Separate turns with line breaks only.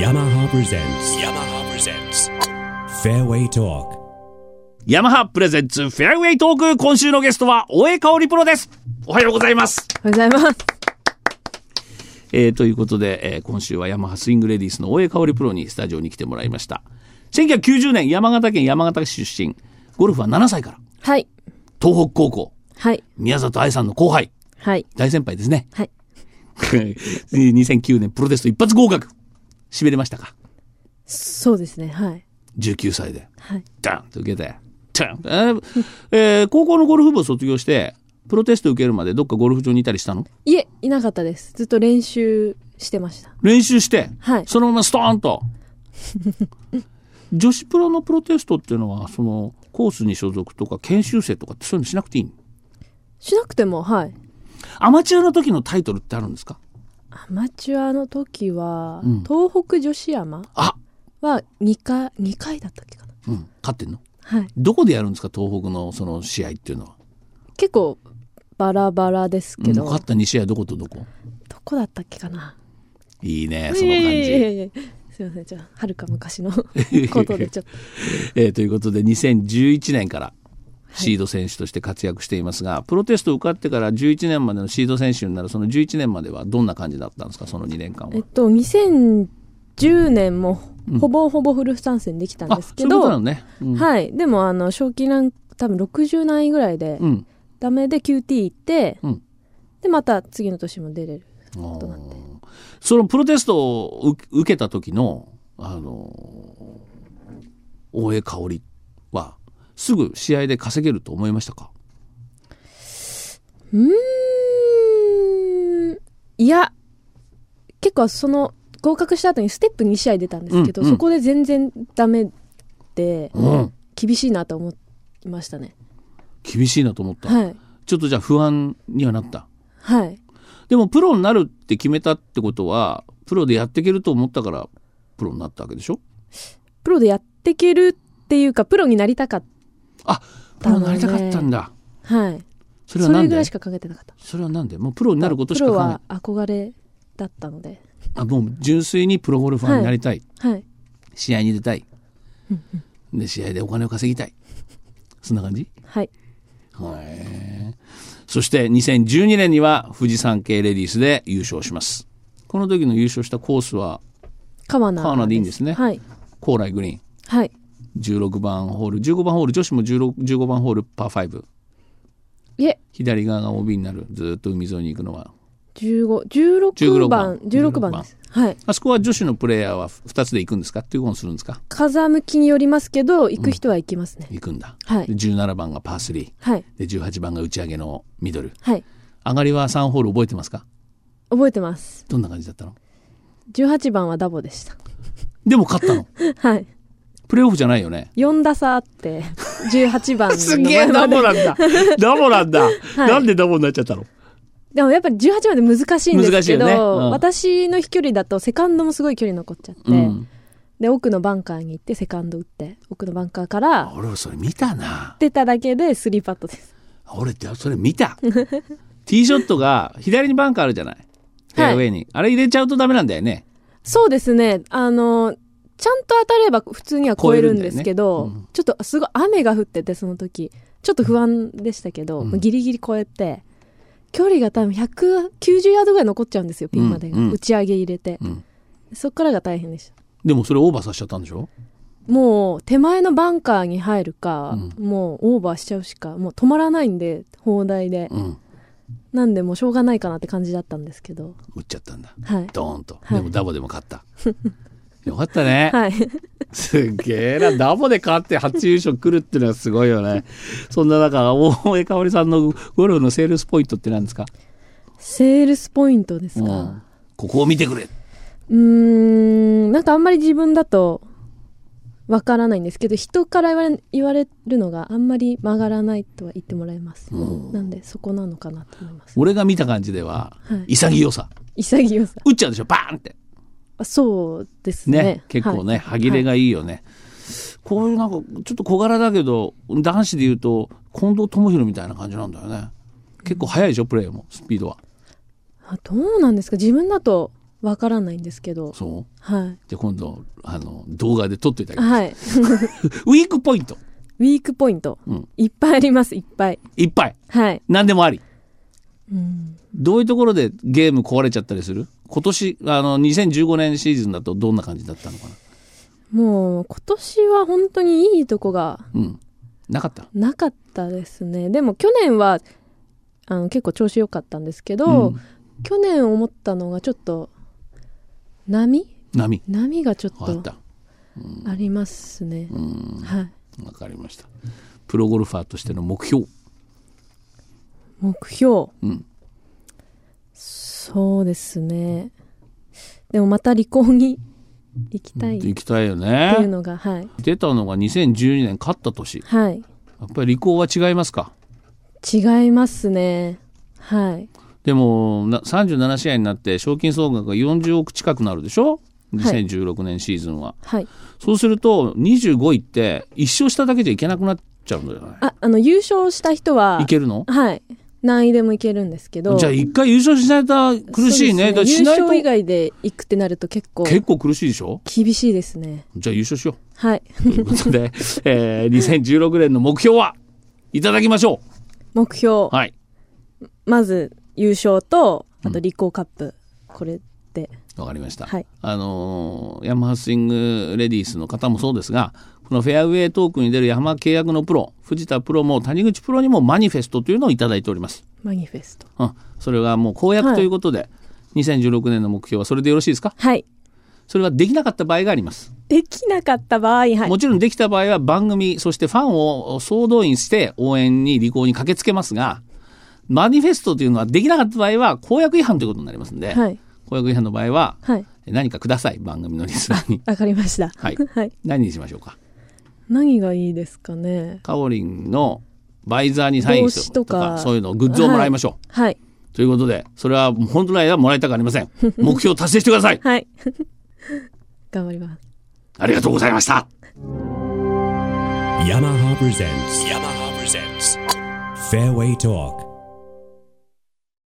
yamaha presents yamaha presents fairway talk
ヤマハプレゼンツフェアウェイトーク今週のゲストは大江香織プロですおはようございます、
おはようございます。
えーということで、えー今週はヤマハスイングレディースの大江香織プロにスタジオに来てもらいました1990年山形県山形市出身ゴルフは7歳から
はい。
東北高校
はい。
宮里愛さんの後輩
はい。
大先輩です ね
はい。
2009年プロテスト一発合格しびれましたか
そうですね。はい。
19歳で
はい。
ダンと受けて、ダンえーえー高校のゴルフ部を卒業して、プロテスト受けるまでどっかゴルフ場にいたりしたの
いえ、いなかったです。ずっと練習してました。
練習して、
はい
そのままストーンと。 女子プロのプロテストっていうのは、その、コースに所属とか研修生とかってそういうのしなくていいの
しなくても、はい。
アマチュアの時のタイトルってあるんですか
アマチュアの時は、東北女子山
あ、
は2回、2回だったっけかな。
うん、勝ってんの
はい。
どこでやるんですか東北のその試合っていうのは。
結構、バラバラですけ
うん
ど、
勝った2試合どことどこ
どこだったっけかな。
いいね、そ
い
の
やい
感
や
じ。
いやいやいやすいません。じゃあ、はるか昔 のことでちょっと。
えーということで2011年からシード選手として活躍していますが、プロテストを受かってから11年までのシード選手になるその11年まではどんな感じだったんですかその2年間は
えっ。と、2010年も、ほぼほぼフル参戦できたん
あ
です
そう
け
いう
ど、
ことなのね。うん
はい。でも、あの、賞金ランク多分60何位ぐらいで、
うん
ダメで QT 行って、
うん
で、また次の年も出れる。
あーそのプロテストを受受けた時の、あのー大江香織はすぐ試合で稼げると思いましたか
うーん。いや、結構その、合格した後にステップ2試合出たんですけど、
うんうん
そこで全然ダメで、
うん
厳しいなと思いましたね。
厳しいなと思った、
はい。
ちょっとじゃあ不安にはなった
はい。
でもプロになるって決めたってことはプロでやっていけると思ったからプロになったわけでしょ
プロでやっていけるっていうか、プロになりたかっ
あプロになりたかったんだ
た。はい。
そ
そ
れはな
れ
ん
ぐら
で
いしか考えてなかった。
それはなんでもうプロになることしか
プ
考
ロ
えない
は憧れだったので。
あもう純粋にプロゴルファーになりたい、
はい。
試合に出たいで試合でお金を稼ぎたいそんな感じ
はい。
はいそして2012年には富士山系レディースで優勝しますこの時の優勝したコースは
川名。
川名でいいんですね
はい。
高麗グリーン
はい。
16番ホール15番ホール女子も16 15番ホールパー5
いえ、
左側が OB になるずーっと海沿いに行くのは
15、16番、
16
16
番
番です。はい。
あそこは女子のプレイヤーは2つで行くんですかっていうことするんですか
風向きによりますけど、行く人は行きますね。
行くんだ、
はい
で17番がパー3
はい。
で18番が打ち上げのミドル
はい。
上がりは3ホール覚えてますか
覚えてます。
どんな感じだったの
18番はダボでした。
でも勝ったの
はい。
プレーオフじゃないよね
4打差 あって、18番の
すげえ
名
ダ
前まで
ボなんだ ダボなん だ、
い
なんでダボになっちゃったの
でもやっぱり18番で難しいんですけど、
難しいよねうん
私の飛距離だとセカンドもすごい距離残っちゃって、
うん
で、奥のバンカーに行って、セカンド打って、奥のバンカーから
俺それ見たな
出ただけでスリーパットです。
俺ってそれ見 たティーショットが左にバンカーあるじゃないフェアウェイに、あれ入れちゃうとダメなんだよね
そうですね。あの、ちゃんと当たれば普通には超えるんですけ
超え
ど、
るんだよね
ちょっとすごい雨が降ってて、その時。ちょっと不安でしたけど、
うん
もうギリギリ超えて、距離が多分190ヤードぐらい残っちゃうんですよ、ピンまでが。
うんうん
打ち上げ入れて。
うん
そっからが大変でした。
でもそれオーバーさせちゃったんでしょ
もう手前のバンカーに入るか、
う
もうオーバーしちゃうしか、もう止まらないんで、砲台で。
うん
なんでもうしょうがないかなって感じだったんですけど。
打っちゃったんだ
はい。
ドーンと、
はい
でもダボでも勝った よかったね、
はい。
すっげえなダボで勝って初優勝来るっていうのはすごいよねそんな中大江香織さんのゴルフのセールスポイントって何ですか、
セールスポイントです
う
か。
ん、ここを見てくれ
うーん、なんかあんまり自分だとわからないんですけど、人から言われ言われるのがあんまり曲がらないとは言ってもらえます。
うん
なんで、そこなのかなと思います。
俺が見た感じでは
はい
潔さ
潔さ。
打っちゃうでしょバーンって
あそうです
ね
ね。
結構ね、
はい
歯切れがいいよね、こういうなんかちょっと小柄だけど男子で言うと近藤智弘みたいな感じなんだよね結構速いでしょプレーもスピードは
あどうなんですか自分だとわからないんですけど、
そう
は
じゃあ今度あの動画で撮っといた
い。
だけ
はい。
ウィークポイント
ウィークポイント、
うん
いっぱいあります、いっぱい。
いっぱい
はい。
何でもあり
うん、
どういうところでゲーム壊れちゃったりする今年あの2015年シーズンだとどんな感じだったのかな
もう、今年は本当にいいとこが
うんなかった
なかったですね。でも、去年は、あの、結構調子良かったんですけど、
うん
去年思ったのがちょっと、波
波
波がちょっ
わかっ
と
た
ありますね。
うん
はい。
わかりましたプロゴルファーとしての目標
目標。
うん
そうですね。でもまた離婚に行きたいって
行きたいよ
いう
ね
のが、はい。
出たのが2012年勝った年
はい。
やっぱり離婚は違いますか
違いますね。はい。
でもな37試合になって賞金総額が40億近くなるでしょ
はい
2016年シーズンは、
はい。
そうすると25位って一勝しただけじゃいけなくなっちゃうんじゃない、
あ、あの、優勝した人はい
けるの
はい。何位でもいけるんですけど。
じゃあ一回優勝しないと苦しいね
そ
だ
うで
から
す
し
ね
ない
優勝以
と
外で行くってなると結構
結構苦しいでしょ
厳しいですね。
じゃあ優勝しよ
はい。
うということで、えー2016年の目標はいただきましょ
目標
う。はい
まず優勝と、あ
うん
とリコーカップ。これで。
わかりました、
はい
あのーヤマハスイングレディースの方もそうですがこのフェアウェイトークに出るヤマ契約のプロ藤田プロも谷口プロにもマニフェストというのをいただいております、
マニフェスト。
うん、それがもう公約ということで、2016年の目標はそれでよろしいですか
はい。
それはできなかった場合があります、
できなかった場合、はい。
もちろんできた場合は番組そしてファンを総動員して応援に履行に駆けつけますがマニフェストというのはできなかった場合は公約違反ということになりますので、
はい。
公約違反の場合は
はい。
何かください番組のリスナーに
わかりました。
はい
はい。
何にしましょうか
何がいいですかね。
カオリンのバイザーにサインするとか
帽子とか
そういうのグッズをもらいましょう、
はい。
ということでそれは本当の間はもらいたくありません目標を達成してください
はい。 頑張ります。
ありがとうございました
yamaha presents yamaha presents fairway talk